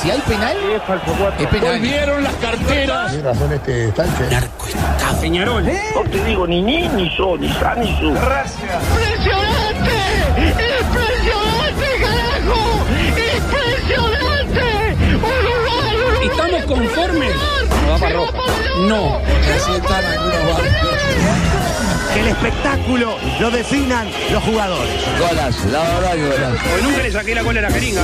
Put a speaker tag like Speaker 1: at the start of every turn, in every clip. Speaker 1: Si hay penal, es penal. Volvieron las carteras.
Speaker 2: Peñarol.
Speaker 3: No te digo ni ni, ni yo, ni sa, ni su.
Speaker 4: ¡Impresionante! ¡Impresionante, carajo! ¡Impresionante! ¡Uruguay, Uruguay!
Speaker 1: ¿Estamos conformes?
Speaker 4: No va para ropa.
Speaker 1: No. Así están algunos barrios.
Speaker 5: Que el espectáculo lo definan los jugadores.
Speaker 6: Golazo, la verdad que golazo.
Speaker 2: Porque nunca le saqué la cola a la jeringa.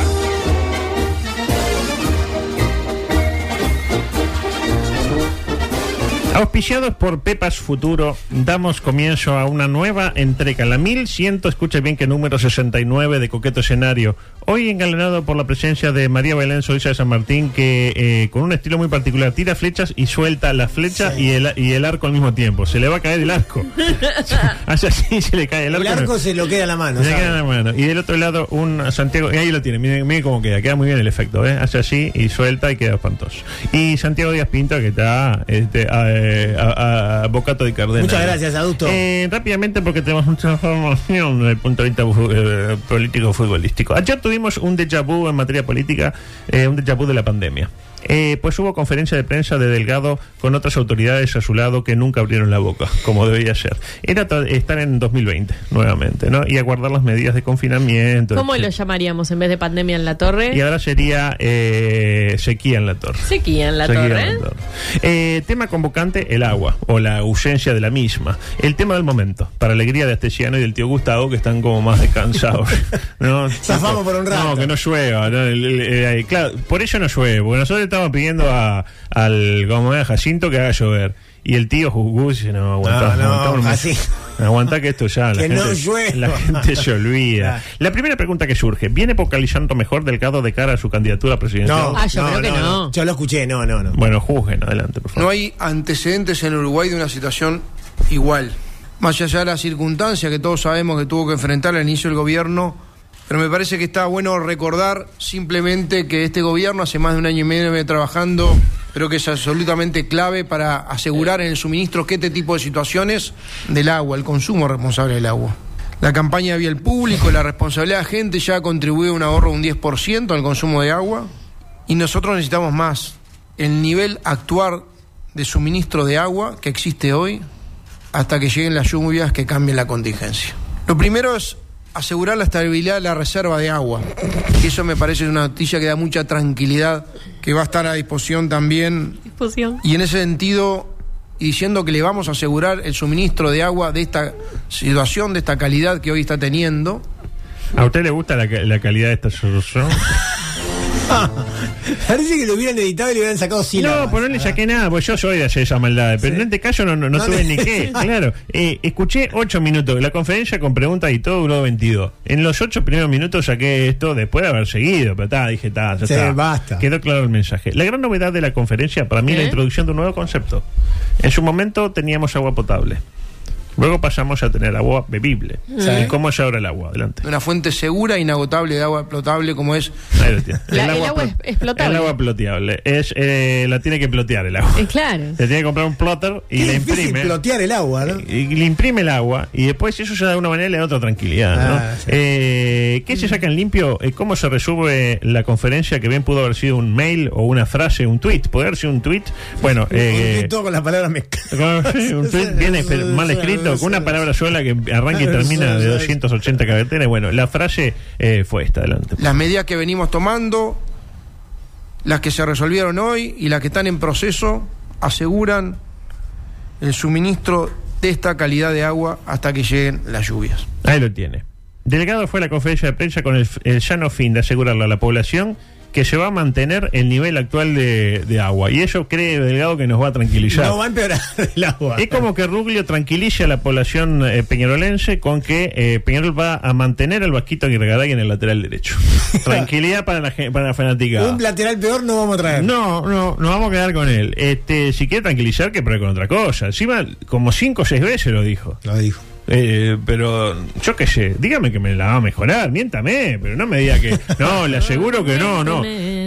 Speaker 7: Auspiciados por Pepas Futuro, damos comienzo a una nueva entrega, la 1100, escuche bien que número 69 de Coqueto Escenario. Hoy engalanado por la presencia de María Belén Solisa de San Martín, que eh, con un estilo muy particular tira flechas y suelta la flecha y, el, y el arco al mismo tiempo. Se le va a caer el arco. Hace así se le cae el arco.
Speaker 5: El arco
Speaker 7: No.
Speaker 5: se lo queda en la mano.
Speaker 7: Se le
Speaker 5: ¿sabes?
Speaker 7: queda en la mano. Y del otro lado, un Santiago. Y ahí lo tiene, miren, miren cómo queda. Queda muy bien el efecto, ¿eh? Hace así y suelta y queda espantoso. Y Santiago Díaz Pinto, que está este, a, eh, a- a- a bocato de Cardenal.
Speaker 5: Muchas gracias, Adusto.
Speaker 7: Eh, rápidamente, porque tenemos mucha información desde el punto de vista fu- eh, político-futbolístico. Ayer tuvimos un déjà vu en materia política, eh, un déjà vu de la pandemia. Eh, pues hubo conferencia de prensa de Delgado con otras autoridades a su lado que nunca abrieron la boca, como debía ser. Era tra- estar en 2020 nuevamente, ¿no? Y aguardar las medidas de confinamiento.
Speaker 8: ¿Cómo
Speaker 7: etc.
Speaker 8: lo llamaríamos en vez de pandemia en la torre?
Speaker 7: Y ahora sería eh, sequía en la torre.
Speaker 8: Sequía en la
Speaker 7: Seguida
Speaker 8: torre.
Speaker 7: en la torre. Eh, tema convocante, el agua o la ausencia de la misma. El tema del momento, para alegría de Astesiano y del tío Gustavo, que están como más descansados. ¿no?
Speaker 5: Zafamos por un rato.
Speaker 7: No, que no llueva. ¿no? El- el- el- eh, claro, por eso no llueve, porque nosotros estamos pidiendo a, al como era, Jacinto que haga llover. Y el tío Jugu dice, no,
Speaker 5: No,
Speaker 7: aguantá,
Speaker 5: no,
Speaker 7: aguantá un mes.
Speaker 5: Jacinto.
Speaker 7: Aguantá que esto ya, la
Speaker 5: Que no
Speaker 7: gente,
Speaker 5: llueva. Ah.
Speaker 7: la gente se olvida.
Speaker 5: Claro.
Speaker 7: La primera pregunta que surge, ¿viene vocalizando mejor Delgado de cara a su candidatura presidencial?
Speaker 5: No,
Speaker 8: Ah, yo
Speaker 5: no,
Speaker 8: creo que
Speaker 5: no,
Speaker 8: no.
Speaker 5: no. Yo lo escuché, no, no, no.
Speaker 7: Bueno, juzguen, adelante, por favor.
Speaker 9: No hay antecedentes en Uruguay de una situación igual. Más allá de las circunstancias que todos sabemos que tuvo que enfrentar al inicio del gobierno, pero me parece que está bueno recordar simplemente que este gobierno hace más de un año y medio viene trabajando, creo que es absolutamente clave para asegurar en el suministro que este tipo de situaciones del agua, el consumo responsable del agua. La campaña de el público, la responsabilidad de la gente ya ha contribuido a un ahorro de un 10% al consumo de agua y nosotros necesitamos más. El nivel actuar de suministro de agua que existe hoy hasta que lleguen las lluvias que cambien la contingencia. Lo primero es asegurar la estabilidad de la reserva de agua. Y eso me parece una noticia que da mucha tranquilidad, que va a estar a disposición también
Speaker 8: Fusión.
Speaker 9: y en ese sentido, y diciendo que le vamos a asegurar el suministro de agua de esta situación, de esta calidad que hoy está teniendo,
Speaker 7: ¿A usted le gusta la, ca- la calidad de esta solución?
Speaker 5: Parece que lo hubieran editado y le hubieran sacado sílabas.
Speaker 7: no, por no le saqué nada, pues yo soy de hacer esas maldades. Pero en este caso no, no, no
Speaker 5: No
Speaker 7: tuve
Speaker 5: te-
Speaker 7: ni qué, claro. Eh, escuché ocho minutos. La conferencia con preguntas y todo duró 22. En los ocho primeros minutos saqué esto después de haber seguido. Pero está, dije, está, ya
Speaker 5: Sí,
Speaker 7: está.
Speaker 5: basta.
Speaker 7: Quedó claro el mensaje. La gran novedad de la conferencia para mí la
Speaker 8: ¿Eh?
Speaker 7: introducción de un nuevo concepto. En su momento teníamos agua potable. Luego pasamos a tener agua bebible. ¿Y cómo es ahora el agua? Adelante.
Speaker 9: de una fuente segura e inagotable de agua plotable como es
Speaker 7: Ahí lo tiene.
Speaker 8: La- el agua es-
Speaker 7: plot-
Speaker 8: es plotable.
Speaker 7: El agua ploteable. Es, eh, la tiene que plotear el agua.
Speaker 8: Eh, claro.
Speaker 7: Se tiene que comprar un plotter y
Speaker 5: Qué
Speaker 7: le
Speaker 5: difícil
Speaker 7: imprime. Eh,
Speaker 5: plotear el agua, ¿no?
Speaker 7: Y le imprime el agua y después eso ya de alguna manera le da otra tranquilidad. ¿no?
Speaker 5: Ah, sí.
Speaker 7: Eh, ¿Qué se saca en limpio? Eh, ¿Cómo se resuelve la conferencia que bien pudo haber sido un mail o una frase, un tweet? ¿Puede haber sido un tweet? Bueno, eh,
Speaker 5: Porque todo con las palabras mezcladas.
Speaker 7: un tweet bien espe- mal escrito, con una palabra sola que arranca y termina de 280 caracteres. Bueno, la frase eh, fue esta, adelante.
Speaker 9: las medidas que venimos tomando, las que se resolvieron hoy y las que están en proceso, aseguran el suministro de esta calidad de agua hasta que lleguen las lluvias.
Speaker 7: Ahí lo tiene. Delgado fue a la conferencia de prensa con el, f- el llano fin de asegurarle a la población que se va a mantener el nivel actual de, de agua. Y eso cree Delgado que nos va a tranquilizar.
Speaker 2: No va a empeorar el agua.
Speaker 7: Es como que Ruglio tranquilice a la población eh, peñarolense con que eh, Peñarol va a mantener al Vasquito Aguirregaray en el lateral derecho. Tranquilidad para la, gen- para la fanaticada.
Speaker 2: Un lateral peor no vamos a traer.
Speaker 7: No, no, nos vamos a quedar con él. Este, si quiere tranquilizar, que pruebe con otra cosa. Encima, como cinco o seis veces lo dijo.
Speaker 2: Lo dijo.
Speaker 7: Eh, pero yo qué sé, dígame que me la va a mejorar, miéntame, pero no me diga que no, le aseguro que no, no.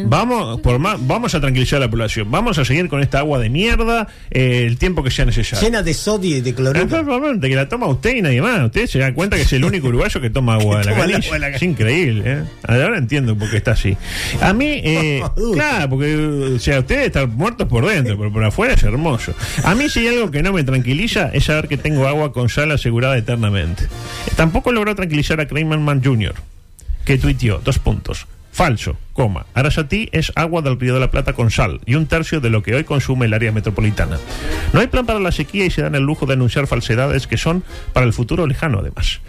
Speaker 7: Vamos por más, vamos a tranquilizar a la población, vamos a seguir con esta agua de mierda eh, el tiempo que sea necesario.
Speaker 2: Llena de sodio y de cloruro.
Speaker 7: Exactamente, que la toma usted y nadie más. Ustedes se dan cuenta que es el único uruguayo que toma agua de la
Speaker 2: toma el
Speaker 7: canilla.
Speaker 2: agua de la
Speaker 7: Es increíble, ¿eh? Ahora entiendo por qué está así. A mí, eh,
Speaker 2: Duro.
Speaker 7: claro, porque o sea, ustedes están muertos por dentro, pero por afuera es hermoso. A mí si hay algo que no me tranquiliza es saber que tengo agua con sal asegurada eternamente. Tampoco logró tranquilizar a Clayman Man Jr., que tuiteó, dos puntos. Falso, coma. Arasatí es agua del Río de la Plata con sal y un tercio de lo que hoy consume el área metropolitana. No hay plan para la sequía y se dan el lujo de anunciar falsedades que son para el futuro lejano, además.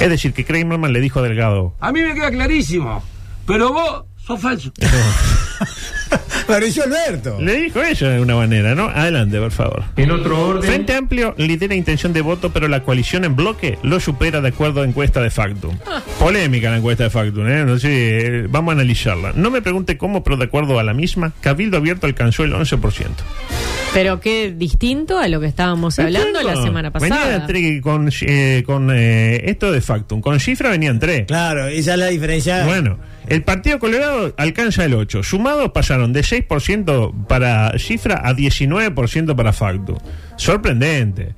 Speaker 7: Es decir, que Kramerman le dijo a Delgado,
Speaker 3: A mí me queda clarísimo, pero vos sos falso.
Speaker 2: Pareció Alberto.
Speaker 7: Le dijo eso de alguna manera, ¿no? Adelante, por favor. En otro orden. Frente Amplio lidera intención de voto, pero la coalición en bloque lo supera de acuerdo a encuesta de Factum.
Speaker 8: Ah.
Speaker 7: Polémica la encuesta de Factum, ¿eh? No sé, eh, vamos a analizarla. No me pregunte cómo, pero de acuerdo a la misma, Cabildo Abierto alcanzó el 11%.
Speaker 8: Pero qué distinto a lo que estábamos hablando la semana
Speaker 7: Venía
Speaker 8: pasada.
Speaker 7: tre- con, eh, con eh, esto de Factum. Con cifra venían tres.
Speaker 2: Claro, esa es la diferencia.
Speaker 7: Bueno, el Partido Colorado alcanza el 8. Sumados pasaron de 6% para cifra a 19% para facto. Sorprendente.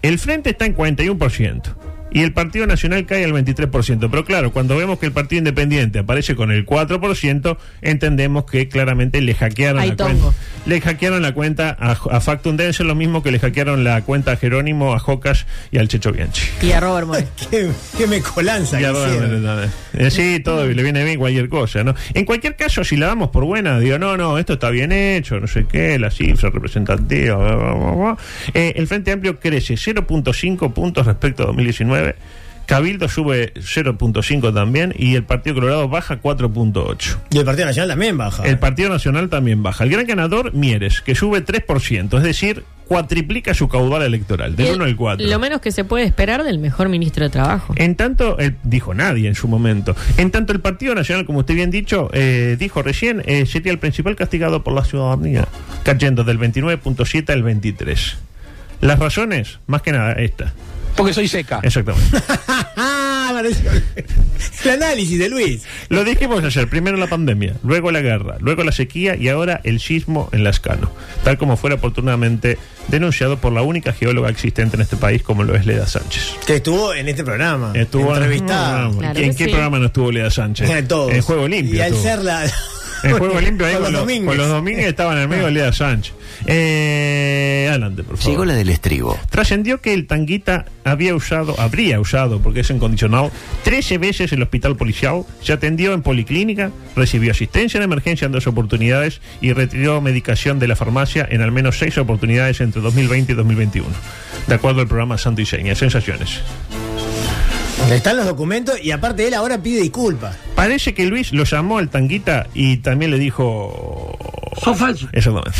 Speaker 7: El Frente está en 41%. Y el Partido Nacional cae al 23%. Pero claro, cuando vemos que el Partido Independiente aparece con el 4%, entendemos que claramente le hackearon
Speaker 8: Hay
Speaker 7: la
Speaker 8: tongo.
Speaker 7: cuenta. Le hackearon la cuenta a, a Factum Dense, lo mismo que le hackearon la cuenta a Jerónimo, a Jocas y al Checho Bianchi.
Speaker 8: Y a Robert Moreno.
Speaker 2: Qué, qué mecolanza que
Speaker 7: Ya, bueno,
Speaker 2: hicieron.
Speaker 7: no, no. Eh, sí, todo le viene bien cualquier cosa, ¿no? En cualquier caso, si la damos por buena, digo, no, no, esto está bien hecho, no sé qué, la cifra representativa, bla, bla, bla, bla. Eh, el Frente Amplio crece 0.5 puntos respecto a 2019. Cabildo sube 0.5 también y el Partido Colorado baja 4.8.
Speaker 2: Y el Partido Nacional también baja.
Speaker 7: El Partido Nacional también baja. El gran ganador, Mieres, que sube 3%, es decir, cuatriplica su caudal electoral, del
Speaker 8: El-
Speaker 7: 1 al 4.
Speaker 8: Lo menos que se puede esperar del mejor ministro de Trabajo.
Speaker 7: En tanto, el- dijo nadie en su momento, en tanto el Partido Nacional, como usted bien dicho, eh, dijo recién, eh, sería el principal castigado por la ciudadanía, cayendo del 29.7 al 23. Las razones, más que nada, esta.
Speaker 1: Porque soy seca.
Speaker 7: Exactamente.
Speaker 2: Pareció- el análisis de Luis.
Speaker 7: Lo dijimos ayer, primero la pandemia, luego la guerra, luego la sequía y ahora el sismo en Lascano, tal como fuera oportunamente denunciado por la única geóloga existente en este país como lo es Leda Sánchez.
Speaker 2: Que estuvo en este programa.
Speaker 7: Estuvo
Speaker 2: entrevistada.
Speaker 7: No, no, no.
Speaker 8: Claro
Speaker 7: ¿En
Speaker 8: que
Speaker 7: qué
Speaker 8: sí.
Speaker 7: programa no estuvo Leda Sánchez?
Speaker 2: En todos.
Speaker 7: En Juego Limpio.
Speaker 2: Y al
Speaker 7: estuvo.
Speaker 2: ser la.
Speaker 7: En Juego Limpio ahí
Speaker 2: con los domingos.
Speaker 7: con
Speaker 2: Ah.
Speaker 7: los domingos estaban en medio Lea Sánchez. Eh, adelante, por favor.
Speaker 6: Llegó la del estribo.
Speaker 7: Trascendió que el tanguita había usado, habría usado, porque es incondicional, 13 veces el hospital policial, se atendió en policlínica, recibió asistencia en emergencia en dos oportunidades y retiró medicación de la farmacia en al menos seis oportunidades entre 2020 y 2021. De acuerdo al programa Santo y Seña. Sensaciones.
Speaker 2: Están los documentos y aparte él ahora pide disculpas.
Speaker 7: Parece que Luis lo llamó al tanguita y también le dijo...
Speaker 3: Sos falso.
Speaker 7: Exactamente.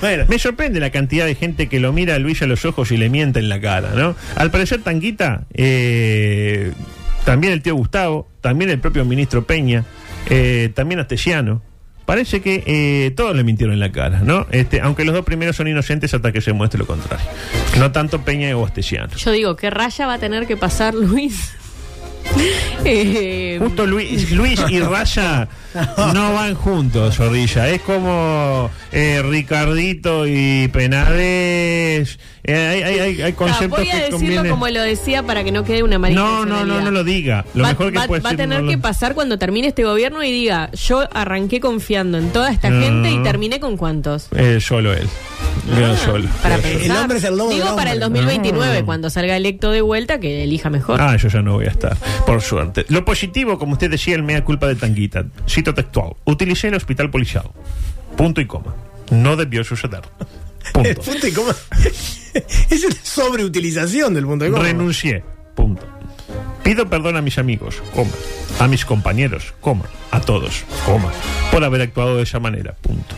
Speaker 2: bueno.
Speaker 7: Me sorprende la cantidad de gente que lo mira a Luis a los ojos y le miente en la cara, ¿no? Al parecer Tanguita, eh, también el tío Gustavo, también el propio ministro Peña, eh, también Astesiano. Parece que eh, todos le mintieron en la cara, ¿no? Este, aunque los dos primeros son inocentes hasta que se muestre lo contrario. No tanto Peña o Astesiano.
Speaker 8: Yo digo, ¿qué raya va a tener que pasar Luis? Eh,
Speaker 7: Justo Luis, Luis y Raya no van juntos, Zorrilla. Es como eh, Ricardito y Penades. Eh, hay, hay- hay- hay
Speaker 8: ah,
Speaker 7: conceptos
Speaker 8: voy a
Speaker 7: que
Speaker 8: decirlo
Speaker 7: convienen.
Speaker 8: como lo decía para que no quede una mala
Speaker 7: no, no, no, no lo diga. Lo
Speaker 8: va,
Speaker 7: mejor que
Speaker 8: va-
Speaker 7: puede
Speaker 8: va a
Speaker 7: ser
Speaker 8: tener
Speaker 7: no lo-
Speaker 8: que pasar cuando termine este gobierno y diga, yo arranqué confiando en toda esta
Speaker 7: No.
Speaker 8: gente y terminé con cuántos.
Speaker 7: Eh, solo él. Yo solo.
Speaker 8: Ah, Para
Speaker 7: Yo
Speaker 8: pensar.
Speaker 2: El hombre es el lobo
Speaker 8: Digo
Speaker 2: del
Speaker 8: para el
Speaker 2: hombre.
Speaker 8: 2029, cuando salga electo de vuelta, que elija mejor.
Speaker 7: Ah, yo ya no voy a estar, por suerte. Lo positivo, como usted decía, el mea culpa de Tanguita. Cito textual. Utilicé el hospital policial. Punto y coma. No debió suceder.
Speaker 2: El
Speaker 7: Punto.
Speaker 2: punto y coma. es una sobreutilización del punto y coma.
Speaker 7: Renuncié. Punto. Pido perdón a mis amigos, coma, a mis compañeros, coma, a todos, coma, por haber actuado de esa manera, punto.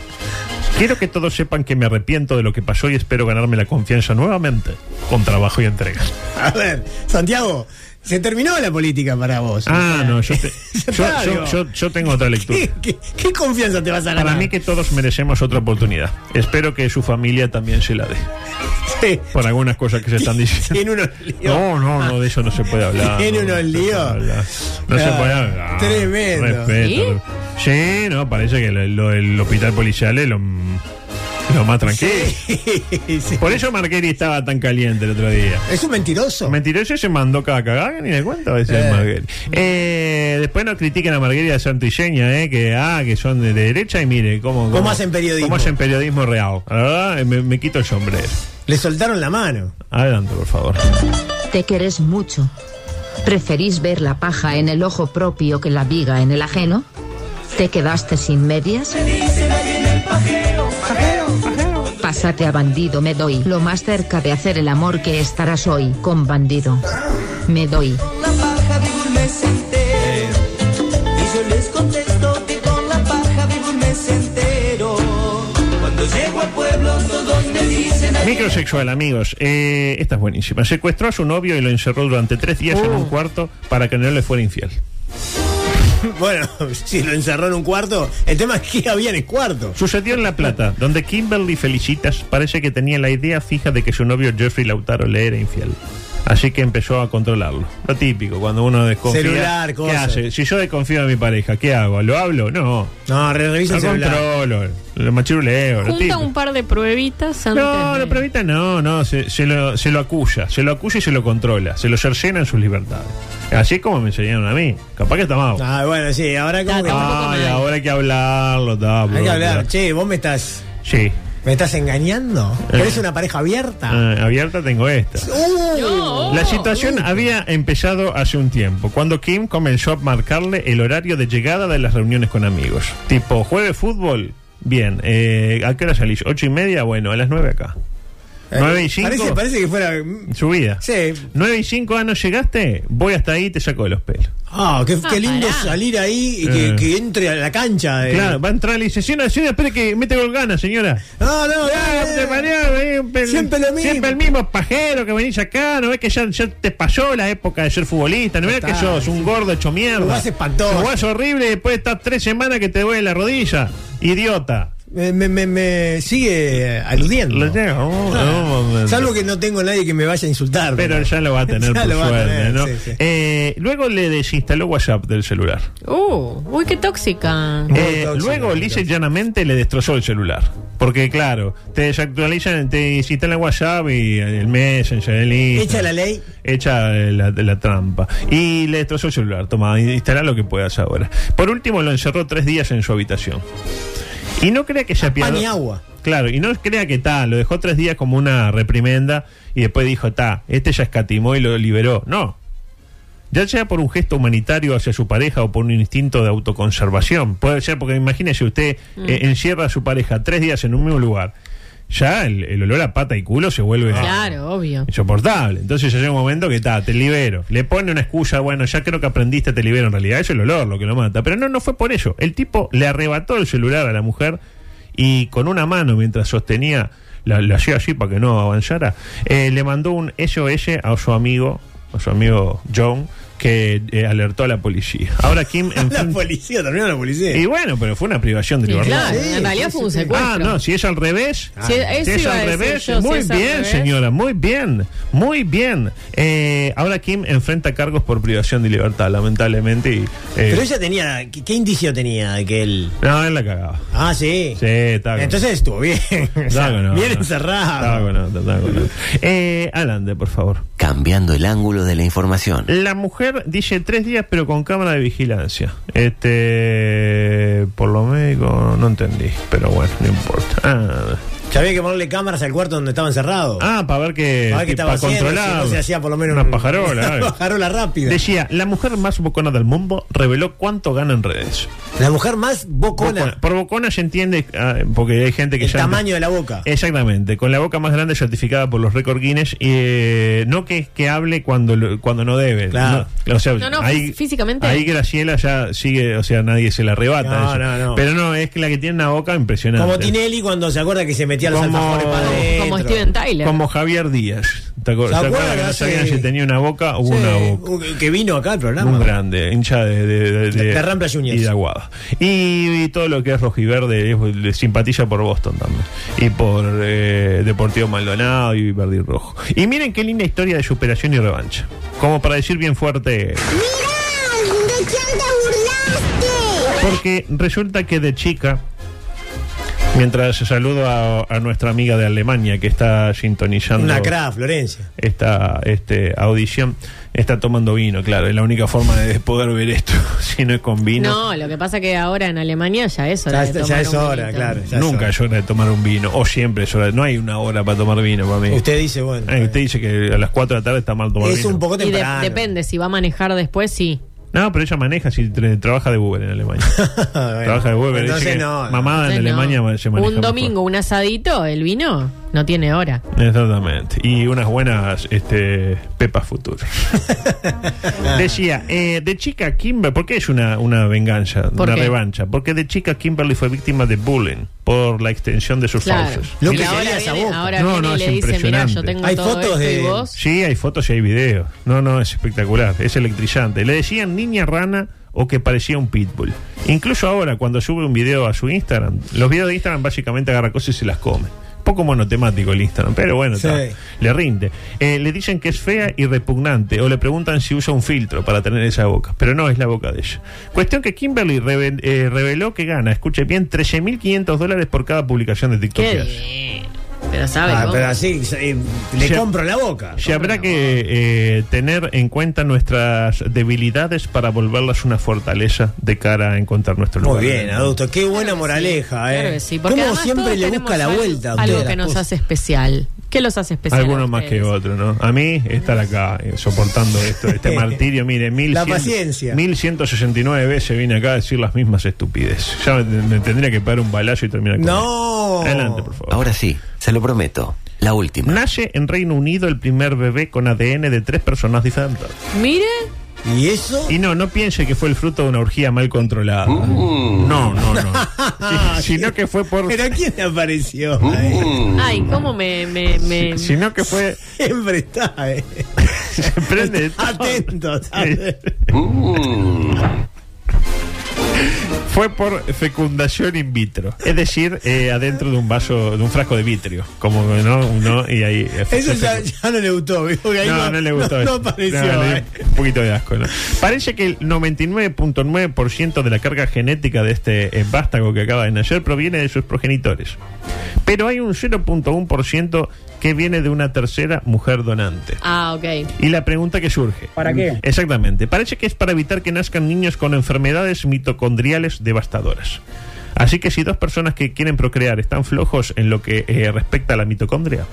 Speaker 7: Quiero que todos sepan que me arrepiento de lo que pasó y espero ganarme la confianza nuevamente con trabajo y entrega.
Speaker 2: A ver, Santiago, se terminó la política para vos.
Speaker 7: Ah, no, yo, te- yo,
Speaker 2: Ya está,
Speaker 7: yo-
Speaker 2: digo.
Speaker 7: yo- yo tengo otra lectura.
Speaker 2: ¿Qué, qué- qué confianza te vas a ganar?
Speaker 7: Para mí que todos merecemos otra oportunidad. Espero que su familia también se la dé.
Speaker 2: Sí.
Speaker 7: Por algunas cosas que se están diciendo.
Speaker 2: Tiene unos líos.
Speaker 7: No, no, no, de eso no se puede hablar.
Speaker 2: Tiene
Speaker 7: no, no
Speaker 2: unos
Speaker 7: se
Speaker 2: líos.
Speaker 7: puede hablar. No se
Speaker 2: Ah,
Speaker 7: puede hablar.
Speaker 2: tremendo.
Speaker 7: Respeto. Sí, no, parece que lo, lo- el hospital policial es lo, lo más tranquilo.
Speaker 2: Sí.
Speaker 7: Por eso Marguerite estaba tan caliente el otro día.
Speaker 2: Es un mentiroso.
Speaker 7: Mentiroso se mandó cada cagada, que ni le cuento a veces
Speaker 2: Eh.
Speaker 7: Marguerite. Eh, después no critiquen a Marguerite y a Santilleña, eh, que, ah, que son de derecha y mire cómo,
Speaker 2: ¿Cómo hacen periodismo?
Speaker 7: Cómo hacen periodismo real. La verdad, eh, me, me quito el sombrero.
Speaker 2: Le soltaron la mano.
Speaker 7: Adelante, por favor.
Speaker 10: Te querés mucho. ¿Preferís ver la paja en el ojo propio que la viga en el ajeno? ¿Te quedaste sin medias? Pásate a bandido, me doy. Lo más cerca de hacer el amor que estarás hoy con bandido. Me doy.
Speaker 7: Microsexual, amigos. Eh, esta es buenísima. Secuestró a su novio y lo encerró durante tres días en
Speaker 2: Uh.
Speaker 7: un cuarto para que no le fuera infiel.
Speaker 2: Bueno, si lo encerró en un cuarto, el tema es que había en el cuarto.
Speaker 7: Sucedió en La Plata, donde Kimberly Felicitas parece que tenía la idea fija de que su novio Jeffrey Lautaro le era infiel. Así que empezó a controlarlo. Lo típico, cuando uno desconfía.
Speaker 2: Celular,
Speaker 7: ¿Qué
Speaker 2: cosas.
Speaker 7: hace? Si yo desconfío de mi pareja, ¿qué hago? ¿Lo hablo? No.
Speaker 2: No, re- revisa
Speaker 7: Lo
Speaker 2: el celular.
Speaker 7: controlo, lo machiruleo. lo
Speaker 8: Junta
Speaker 7: típico.
Speaker 8: un par de pruebitas antes.
Speaker 7: No,
Speaker 8: de-
Speaker 7: la pruebita no, no, se, se lo, se lo aculla, se lo aculla y se lo controla, se lo cercena en sus libertades. Así es como me enseñaron a mí. Capaz que está mal.
Speaker 2: Ah, bueno, sí, ahora como que-
Speaker 7: Ay, ahora hay que hablarlo, está,
Speaker 2: Hay que
Speaker 7: bro,
Speaker 2: hablar.
Speaker 7: bro.
Speaker 2: Che, vos me estás.
Speaker 7: Sí.
Speaker 2: ¿Me estás engañando? ¿Eres una pareja abierta?
Speaker 7: Ah, abierta tengo esta.
Speaker 8: No.
Speaker 2: Oh,
Speaker 7: La situación había empezado hace un tiempo, cuando Kim comenzó a marcarle el horario de llegada de las reuniones con amigos. Tipo, jueves fútbol, bien. eh, ¿A qué hora salís? ¿Ocho y media? Bueno, a las nueve acá. ¿Nueve y cinco?
Speaker 2: Eh, Parece, parece que fuera. mm,
Speaker 7: Su vida.
Speaker 2: Sí.
Speaker 7: 9 y 5, ah, no llegaste, voy hasta ahí y te saco de los pelos.
Speaker 2: Ah, qué, qué lindo
Speaker 8: pará.
Speaker 2: salir ahí y que,
Speaker 7: Eh.
Speaker 2: que entre a la cancha. eh.
Speaker 7: Claro, va a entrar y le dice, señora, señora, espere que mete gol gana, señora.
Speaker 2: No, no,
Speaker 7: Ah,
Speaker 2: eh,
Speaker 7: te mareaba, eh, un pel-
Speaker 2: Siempre lo mismo.
Speaker 7: Siempre el mismo pajero que venís acá, no ves que ya, ya te pasó la época de ser futbolista, no ves que
Speaker 2: Total,
Speaker 7: sos un gordo hecho mierda.
Speaker 2: Jugás espantoso.
Speaker 7: Jugás horrible y después estás tres semanas que te duele la rodilla. Idiota.
Speaker 2: Me, me- me- me sigue aludiendo. Ah.
Speaker 7: Lo oh, tengo, no, no, no, no.
Speaker 2: Salvo que no tengo nadie que me vaya a insultar.
Speaker 7: Pero ya lo va a tener
Speaker 2: Ya
Speaker 7: por
Speaker 2: lo va a
Speaker 7: suerte,
Speaker 2: tener,
Speaker 7: ¿no?
Speaker 2: sí, sí.
Speaker 7: Eh, luego le desinstaló WhatsApp del celular.
Speaker 8: Uh, uy, qué tóxica.
Speaker 2: Muy
Speaker 7: Eh,
Speaker 2: tóxico,
Speaker 7: luego,
Speaker 2: muy
Speaker 7: lisa y llanamente, le destrozó el celular. Porque, claro, te desactualizan, te instalan WhatsApp y el Messenger, el
Speaker 2: Echa
Speaker 7: Instagram.
Speaker 2: la ley.
Speaker 7: Echa eh, la, la trampa. Y le destrozó el celular. Toma, instala lo que puedas ahora. Por último, lo encerró tres días en su habitación. Y no crea que se apiadó.
Speaker 2: Pan y agua.
Speaker 7: Claro, y no crea que tal, lo dejó tres días como una reprimenda y después dijo, ta, este ya escatimó y lo liberó. No. Ya sea por un gesto humanitario hacia su pareja o por un instinto de autoconservación. Puede ser, porque imagínese usted eh, encierra a su pareja tres días en un mismo lugar. Ya el, el olor a pata y culo se vuelve
Speaker 8: Claro, obvio.
Speaker 7: insoportable. Entonces ya llega un momento que ta, te libero. Le pone una excusa, bueno, ya creo que aprendiste, te libero. En realidad, eso es el olor lo que lo mata. Pero no, no fue por eso. El tipo le arrebató el celular a la mujer y con una mano, mientras sostenía, la, la hacía así para que no avanzara, eh, le mandó un SOS a su amigo, a su amigo John, que eh, alertó a la policía. Ahora Kim
Speaker 2: La
Speaker 7: enfrenta-
Speaker 2: policía, terminó la policía.
Speaker 7: Y eh. bueno, pero fue una privación de
Speaker 8: Y
Speaker 7: libertad.
Speaker 8: claro,
Speaker 2: Sí,
Speaker 8: en realidad
Speaker 2: sí,
Speaker 8: fue un
Speaker 2: sí, sí.
Speaker 8: secuestro.
Speaker 7: Ah, no, si es al revés.
Speaker 8: Ah, Si es-
Speaker 7: Si
Speaker 8: eso
Speaker 7: es
Speaker 8: iba a
Speaker 7: al
Speaker 8: decir
Speaker 7: revés.
Speaker 8: yo, si
Speaker 7: muy
Speaker 8: es al
Speaker 7: bien,
Speaker 8: revés.
Speaker 7: señora, muy bien. Muy bien. Eh, ahora Kim enfrenta cargos por privación de libertad, lamentablemente. Y, eh,
Speaker 2: Pero ella tenía. ¿qué, qué indicio tenía de que él.?
Speaker 7: No, él la cagaba.
Speaker 2: Ah, sí.
Speaker 7: Sí, está con-
Speaker 2: Entonces estuvo bien. O
Speaker 7: está
Speaker 2: sea,
Speaker 7: con otra.
Speaker 2: bien
Speaker 7: Está
Speaker 2: encerrado.
Speaker 7: con otra, está con otra. Eh, adelante, por favor.
Speaker 6: Cambiando el ángulo de la información.
Speaker 7: La mujer dice tres días, pero con cámara de vigilancia. Este. Por lo médico, no entendí. Pero bueno, no importa. Ah,
Speaker 2: Ya había que ponerle cámaras al cuarto donde estaba encerrado.
Speaker 7: Ah, para ver que,
Speaker 2: Para ver qué estaba
Speaker 7: para
Speaker 2: haciendo,
Speaker 7: controlar.
Speaker 2: si no se hacía por lo menos
Speaker 7: una
Speaker 2: un-
Speaker 7: pajarola.
Speaker 2: una
Speaker 7: eh.
Speaker 2: pajarola rápida.
Speaker 7: Decía, la mujer más bocona del mundo reveló cuánto gana en redes.
Speaker 2: La mujer más bocona.
Speaker 7: Por bocona se entiende, ah, porque hay gente que
Speaker 2: El
Speaker 7: ya...
Speaker 2: tamaño de la boca.
Speaker 7: Exactamente, con la boca más grande certificada por los récord Guinness, y, eh, no que, que hable cuando lo- cuando no debe.
Speaker 2: Claro.
Speaker 7: No, o sea,
Speaker 8: No, no,
Speaker 7: ahí,
Speaker 8: fí- físicamente.
Speaker 7: Ahí Graciela ya sigue, o sea, nadie se la arrebata.
Speaker 2: No,
Speaker 7: eso.
Speaker 2: no, no.
Speaker 7: Pero no, es que la que tiene una boca impresionante.
Speaker 2: Como Tinelli cuando se acuerda que se metía los
Speaker 7: Como-
Speaker 2: alfajores para adentro.
Speaker 8: Como Steven Tyler.
Speaker 7: Como Javier Díaz. ¿Te acuer-
Speaker 2: ¿Se
Speaker 7: ¿se acuerdan
Speaker 2: acuerdan
Speaker 7: que no
Speaker 2: hace-
Speaker 7: sabían si tenía una boca o
Speaker 2: Sí,
Speaker 7: una boca?
Speaker 2: un- que vino acá al programa.
Speaker 7: Un grande, hincha de, de, de-
Speaker 2: De-
Speaker 7: de-
Speaker 2: de Rampla Juniors.
Speaker 7: Y de Aguada. Y, y todo lo que es rojiverde, es, le simpatiza por Boston también. Y por eh, Deportivo Maldonado y Verdi Rojo. Y miren qué linda historia de superación y revancha. Como para decir bien fuerte.
Speaker 4: ¿De quién te burlaste?
Speaker 7: Porque resulta que de chica, mientras saludo a, a nuestra amiga de Alemania que está sintonizando
Speaker 2: Una cra, Florencia.
Speaker 7: esta este, audición, está tomando vino, claro, es la única forma de poder ver esto, si no es con vino.
Speaker 8: No, lo que pasa que ahora en Alemania ya es hora.
Speaker 2: Ya,
Speaker 8: de
Speaker 2: es-
Speaker 8: tomar
Speaker 2: ya es
Speaker 8: un
Speaker 2: hora,
Speaker 8: vinito.
Speaker 2: claro. ya es
Speaker 7: Nunca es hora de tomar un vino, o siempre es hora, no hay una hora para tomar vino para mí.
Speaker 2: hora. Usted dice, bueno.
Speaker 7: Eh, usted dice que a las 4 de la tarde está mal tomar
Speaker 2: es
Speaker 7: vino.
Speaker 2: un poco
Speaker 8: Y de-
Speaker 2: temprano.
Speaker 8: depende, si va a manejar después, sí.
Speaker 7: No, pero ella maneja, si tra- trabaja de Uber en Alemania.
Speaker 2: Bueno,
Speaker 7: trabaja de Uber, dice
Speaker 2: Entonces
Speaker 7: que
Speaker 2: no. no.
Speaker 7: mamada Ah, en
Speaker 8: Entonces, no.
Speaker 7: Alemania se maneja
Speaker 8: Un
Speaker 7: mejor.
Speaker 8: domingo, un asadito, el vino no tiene hora.
Speaker 7: Exactamente. Y unas buenas este, pepas futuras. Decía, eh, de chica Kimberly, ¿por qué es una, una venganza,
Speaker 8: ¿Por
Speaker 7: una
Speaker 8: qué?
Speaker 7: revancha? Porque de chica Kimberly fue víctima de bullying por la extensión de sus
Speaker 8: Claro.
Speaker 7: fauces.
Speaker 2: Lo
Speaker 8: Y
Speaker 2: que
Speaker 8: ahora
Speaker 2: sería esa
Speaker 8: viene,
Speaker 2: boca.
Speaker 8: ahora
Speaker 7: No,
Speaker 8: viene
Speaker 7: no,
Speaker 8: y
Speaker 7: es
Speaker 8: le dice, mirá, yo
Speaker 7: impresionante.
Speaker 8: tengo
Speaker 2: Hay
Speaker 8: todo
Speaker 2: fotos
Speaker 8: esto y
Speaker 2: de-
Speaker 8: vos.
Speaker 7: Sí, hay fotos y hay videos. No, no, es espectacular. Es electrizante. Le decían niña rana o que parecía un pitbull. Incluso ahora, cuando sube un video a su Instagram, los videos de Instagram básicamente agarra cosas y se las come. Poco monotemático el Instagram, pero bueno,
Speaker 2: Sí.
Speaker 7: está, le rinde. Eh, le dicen que es fea y repugnante o le preguntan si usa un filtro para tener esa boca, pero no es la boca de ella. Cuestión que Kimberly reve- eh, reveló que gana, escuche bien, 13.500 dólares por cada publicación de TikTok. que
Speaker 8: Qué
Speaker 7: hace.
Speaker 8: bien. Pero sabe
Speaker 2: Ah,
Speaker 8: cómo.
Speaker 2: pero así, eh, le
Speaker 7: Ya-
Speaker 2: compro la boca.
Speaker 7: Si habrá que eh, tener en cuenta nuestras debilidades para volverlas una fortaleza de cara a encontrar nuestro lugar.
Speaker 2: Muy bien, adulto. Qué buena
Speaker 8: Claro que
Speaker 2: moraleja,
Speaker 8: sí,
Speaker 2: ¿eh?
Speaker 8: Claro que sí, porque
Speaker 2: ¿Cómo
Speaker 8: además
Speaker 2: siempre
Speaker 8: todos
Speaker 2: le
Speaker 8: tenemos
Speaker 2: busca la
Speaker 8: algo-
Speaker 2: vuelta? a usted
Speaker 8: Algo
Speaker 2: a
Speaker 8: que
Speaker 2: las
Speaker 8: nos
Speaker 2: cosas?
Speaker 8: hace especial. ¿Qué los hace especial?
Speaker 7: Algunos
Speaker 8: a
Speaker 7: más que
Speaker 8: ustedes?
Speaker 7: otros, ¿no? A mí estar acá eh, soportando esto, este martirio, mire, mil
Speaker 2: La paciencia.
Speaker 7: 1169 veces vine acá a decir las mismas estupideces. Ya me, me tendría que pagar un balazo y terminar con
Speaker 2: No.
Speaker 7: esto. Adelante, por favor.
Speaker 6: Ahora sí, se lo prometo. La última.
Speaker 7: Nace en Reino Unido el primer bebé con ADN de tres personas diferentes.
Speaker 8: Mire,
Speaker 2: ¿Y eso?
Speaker 7: Y no, no piense que fue el fruto de una orgía mal controlada. No, no, no. Si- sino que fue por.
Speaker 2: ¿Pero quién le apareció? ahí?
Speaker 8: ay, cómo me. me, me-
Speaker 7: si- Sino que fue.
Speaker 2: Siempre está, ¿eh?
Speaker 7: Se prende. todo.
Speaker 2: Atentos.
Speaker 7: Fue por fecundación in vitro. Es decir, eh, adentro de un vaso, de un frasco de vitrio. Como no, uno y ahí. eh,
Speaker 2: Eso
Speaker 7: se
Speaker 2: ya,
Speaker 7: fecundó.
Speaker 2: ya no le gustó, viejo, que ahí
Speaker 7: No, no, le gustó.
Speaker 2: No,
Speaker 7: eso.
Speaker 2: apareció,
Speaker 7: No, le dio
Speaker 2: ¿eh?
Speaker 7: un poquito de asco, ¿no? Parece que el 99.9% de la carga genética de este eh, vástago que acaba de nacer proviene de sus progenitores. Pero hay un 0.1% que viene de una tercera mujer donante.
Speaker 8: Ah, ok.
Speaker 7: Y la pregunta que surge. ¿Para qué? Exactamente. Parece que es para evitar que nazcan niños con enfermedades mitocondriales devastadoras. Así que si dos personas que quieren procrear están flojos en lo que eh, respecta a la mitocondria,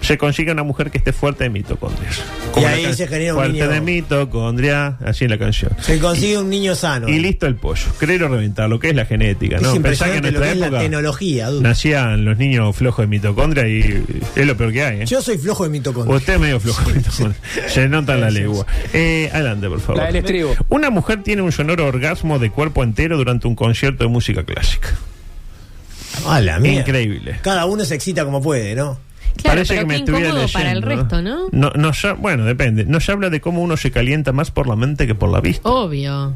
Speaker 7: se consigue una mujer que esté fuerte de mitocondrias.
Speaker 2: Y ahí
Speaker 7: la can-
Speaker 2: se genera un
Speaker 7: Fuerte
Speaker 2: niño.
Speaker 7: de mitocondria, así en la canción.
Speaker 2: Se consigue un niño sano.
Speaker 7: Y listo el pollo. Creer o reventar, lo que es la genética,
Speaker 2: Es
Speaker 7: ¿no? Pensá que en nuestra
Speaker 2: impresionante lo que es la
Speaker 7: época
Speaker 2: tecnología, dude.
Speaker 7: nacían los niños flojos de mitocondria y eh, es lo peor que hay, ¿eh?
Speaker 2: Yo soy flojo de mitocondria.
Speaker 7: Usted es medio flojo. Se nota la legua. Eh, adelante, por favor.
Speaker 1: La del estribo.
Speaker 7: Una mujer tiene un sonoro orgasmo de cuerpo entero durante un concierto de música clásica.
Speaker 2: A Ah, la mierda.
Speaker 7: Increíble.
Speaker 2: Cada uno se excita como puede, ¿no?
Speaker 8: Claro,
Speaker 7: Parece
Speaker 8: pero
Speaker 7: que me
Speaker 8: qué
Speaker 7: estuviera
Speaker 8: incómodo
Speaker 7: leyendo. ¿eh?
Speaker 8: para el resto, ¿no?
Speaker 7: No, no se- bueno, depende. No se habla de cómo uno se calienta más por la mente que por la vista.
Speaker 8: Obvio.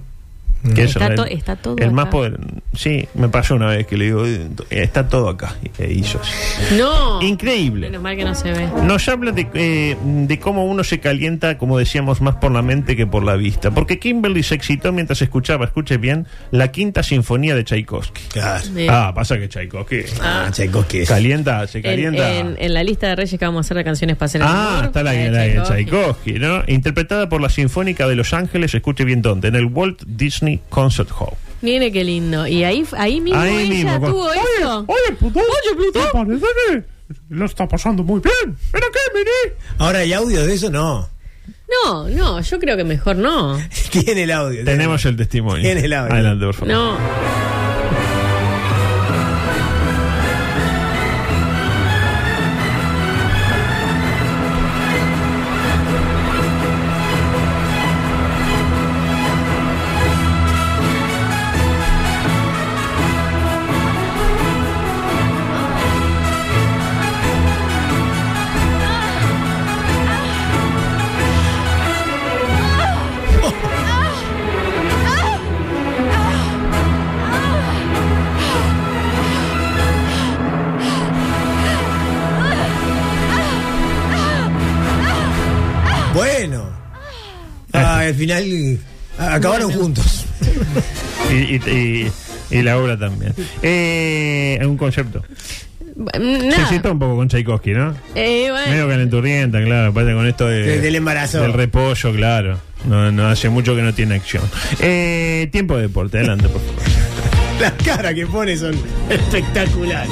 Speaker 7: Que
Speaker 8: Está
Speaker 7: eso,
Speaker 8: to-
Speaker 7: el-
Speaker 8: está todo
Speaker 7: el más
Speaker 8: acá.
Speaker 7: poder. Sí, me pasó una vez que le digo, eh, está todo acá. E hizo así.
Speaker 8: No.
Speaker 7: Increíble.
Speaker 8: Menos mal que no se ve.
Speaker 7: Nos habla de, eh, de cómo uno se calienta, como decíamos, más por la mente que por la vista. Porque Kimberly se excitó mientras escuchaba, escuche bien, la quinta sinfonía de Tchaikovsky.
Speaker 2: Claro.
Speaker 8: Eh,
Speaker 7: Ah, pasa que Tchaikovsky
Speaker 2: Ah, chicos, que es.
Speaker 7: calienta, se
Speaker 8: en,
Speaker 7: calienta.
Speaker 8: en- en la lista de reyes que vamos a hacer de canciones para hacer el
Speaker 7: Ah,
Speaker 8: amor,
Speaker 7: está la, la de Tchaikovsky, ¿no? Interpretada por la Sinfónica de Los Ángeles, escuche bien dónde, en el Walt Disney Concert Hall.
Speaker 8: Mire qué lindo. Y ahí, ahí mismo
Speaker 7: Ahí
Speaker 8: ella
Speaker 7: mismo,
Speaker 8: tuvo
Speaker 7: oye,
Speaker 8: eso.
Speaker 7: Oye, Plutón. Oye, Plutón. Lo está pasando muy bien. ¿Pero qué, Miri?
Speaker 2: Ahora, ¿hay audio de eso? No.
Speaker 8: No, no, yo creo que mejor no.
Speaker 2: Tiene el audio. tiene-
Speaker 7: Tenemos el testimonio.
Speaker 2: Tiene el audio.
Speaker 7: Adelante, por favor.
Speaker 8: No.
Speaker 2: Bueno. Ah, al final ah, acabaron juntos.
Speaker 7: Y, y- y- y la obra también. Eh, un concepto. Se
Speaker 8: Nada.
Speaker 7: cita un poco con Tchaikovsky, ¿no?
Speaker 8: Eh, bueno.
Speaker 7: Medio calenturienta, claro. Aparte con esto de-
Speaker 2: De- del embarazo.
Speaker 7: Del repollo, claro. No, no hace mucho que no tiene acción. Eh, tiempo de deporte, adelante, por favor.
Speaker 2: Las caras que pone son espectaculares.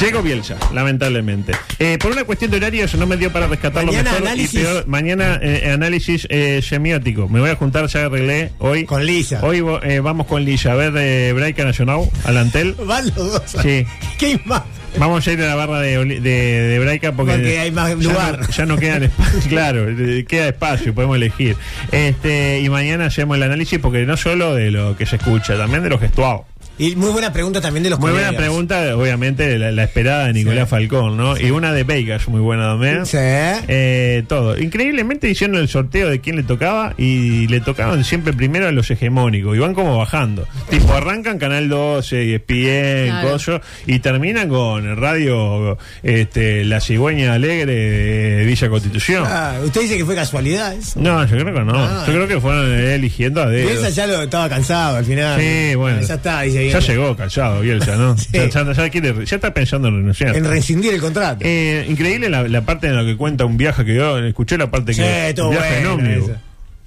Speaker 7: Diego Bielsa, lamentablemente. Eh, por una cuestión de horarios no me dio para rescatarlo
Speaker 2: Mañana
Speaker 7: mejor
Speaker 2: análisis.
Speaker 7: y peor. Mañana eh, análisis eh, semiótico. Me voy a juntar, ya arreglé hoy.
Speaker 2: Con Lisa.
Speaker 7: Hoy vo- eh, vamos con Lilla a ver eh, Braica Nacional, Alantel.
Speaker 2: Van los dos.
Speaker 7: Sí.
Speaker 2: ¿Qué más?
Speaker 7: Vamos a ir a la barra de, Oli- de, de Braica porque,
Speaker 2: Porque hay más
Speaker 7: ya
Speaker 2: lugar.
Speaker 7: no- Ya no, quedan espacio, claro, eh, queda espacio, podemos elegir. Este Y mañana hacemos el análisis porque no solo de lo que se escucha, también de lo gestuado.
Speaker 2: Y muy buena pregunta también de los
Speaker 7: Muy buena
Speaker 2: colegas.
Speaker 7: pregunta, obviamente, la, la esperada de Nicolás Falcón, ¿no? Y una de Vegas, muy buena también.
Speaker 2: Sí.
Speaker 7: Eh, todo. Increíblemente hicieron el sorteo de quién le tocaba y le tocaban siempre primero a los hegemónicos y van como bajando. Tipo, arrancan Canal E 12 y ESPN,
Speaker 8: Claro.
Speaker 7: coso, y terminan con Radio este, La Cigüeña Alegre de Villa Constitución.
Speaker 2: Ah, usted dice que fue casualidad eso.
Speaker 7: No, yo creo que no.
Speaker 2: Ah.
Speaker 7: Yo creo que fueron eh, eligiendo a dedo.
Speaker 2: Bielsa ya lo estaba cansado al final.
Speaker 7: Sí, bueno.
Speaker 2: Ah, Ya está, dice
Speaker 7: Ya
Speaker 2: Bielsa.
Speaker 7: llegó callado, Bielsa, ¿no?
Speaker 2: Sí.
Speaker 7: ya, ya- ya quiere- ya está pensando en renunciar.
Speaker 2: En rescindir el contrato.
Speaker 7: Eh, increíble la, la parte en la que cuenta un viaje que yo escuché la parte
Speaker 2: sí,
Speaker 7: que
Speaker 2: estuvo
Speaker 7: un viaje en
Speaker 2: bueno.
Speaker 7: ómnibus.
Speaker 2: eso.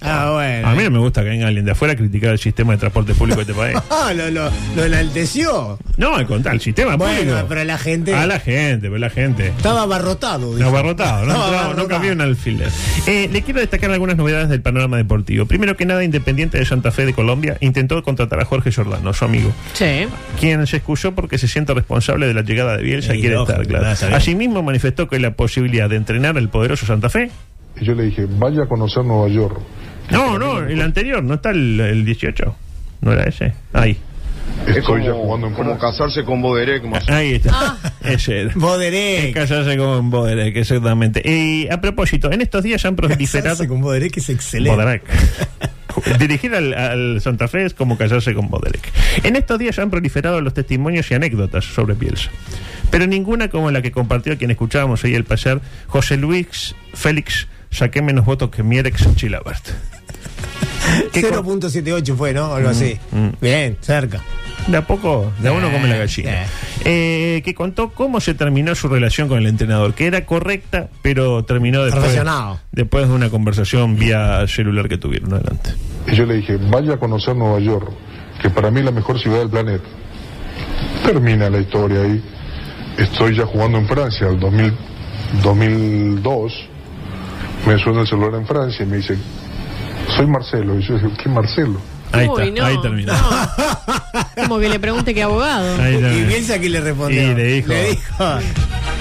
Speaker 2: Ah, bueno.
Speaker 7: A mí no me gusta que venga alguien de afuera a criticar el sistema de transporte público de este país.
Speaker 2: Ah, lo, lo, lo enalteció.
Speaker 7: No, al contrario, el sistema
Speaker 2: Bueno,
Speaker 7: público.
Speaker 2: pero la gente-
Speaker 7: A la gente, pero la gente.
Speaker 2: Estaba abarrotado. dijo.
Speaker 7: No, abarrotado, no,
Speaker 2: Estaba
Speaker 7: entraba- no
Speaker 2: abarrotado.
Speaker 7: cambió un alfiler. Eh, le quiero destacar algunas novedades del panorama deportivo. Primero que nada, Independiente de Santa Fe de Colombia intentó contratar a Jorge Jordano, su amigo.
Speaker 8: Sí.
Speaker 7: quien se excusó porque se siente responsable de la llegada de Bielsa
Speaker 2: Sí,
Speaker 7: y quiere
Speaker 2: lógico,
Speaker 7: estar, claro.
Speaker 2: nada, está bien.
Speaker 7: Asimismo manifestó que la posibilidad de entrenar al poderoso Santa Fe.
Speaker 11: Y yo le dije, vaya a conocer Nueva York.
Speaker 7: No, no, el anterior, no está el, el 18. No era ese. Ahí.
Speaker 11: Estoy ya jugando en como casarse con Boderé, como
Speaker 7: Ahí está. Ese era.
Speaker 2: Boderé.
Speaker 7: Casarse eh, con Boderek, exactamente. Y a propósito, en estos días han proliferado.
Speaker 2: Casarse con Boderé, que es excelente.
Speaker 7: Boderek. Dirigir al, al Santa Fe es como casarse con Boderek. En estos días han proliferado los testimonios y anécdotas sobre Bielsa. Pero ninguna como la que compartió a quien escuchábamos hoy al pasar, José Luis Félix, saqué menos votos que Mierex Chilabert. ¿Qué Mm,
Speaker 2: 0.78 fue, ¿no? Algo así. Bien, cerca.
Speaker 7: De a poco, de a uno come la gallina.
Speaker 2: Eh.
Speaker 7: Eh, que contó cómo se terminó su relación con el entrenador, que era correcta, pero terminó después,
Speaker 2: Relacionado.
Speaker 7: después de una conversación vía celular que tuvieron adelante.
Speaker 11: Y yo le dije, vaya a conocer Nueva York, que para mí es la mejor ciudad del planeta. Termina la historia ahí. Estoy ya jugando en Francia, el 2000 2002. Me suena el celular en Francia y me dice, soy Marcelo. Y yo digo, ¿qué Marcelo?
Speaker 7: Ahí
Speaker 8: Uy,
Speaker 7: está,
Speaker 8: no,
Speaker 7: ahí terminó.
Speaker 8: no. Como que le pregunte qué abogado.
Speaker 7: Ahí
Speaker 2: Y
Speaker 7: terminó.
Speaker 2: Bielsa que le respondió.
Speaker 7: Y le dijo.
Speaker 2: Le dijo.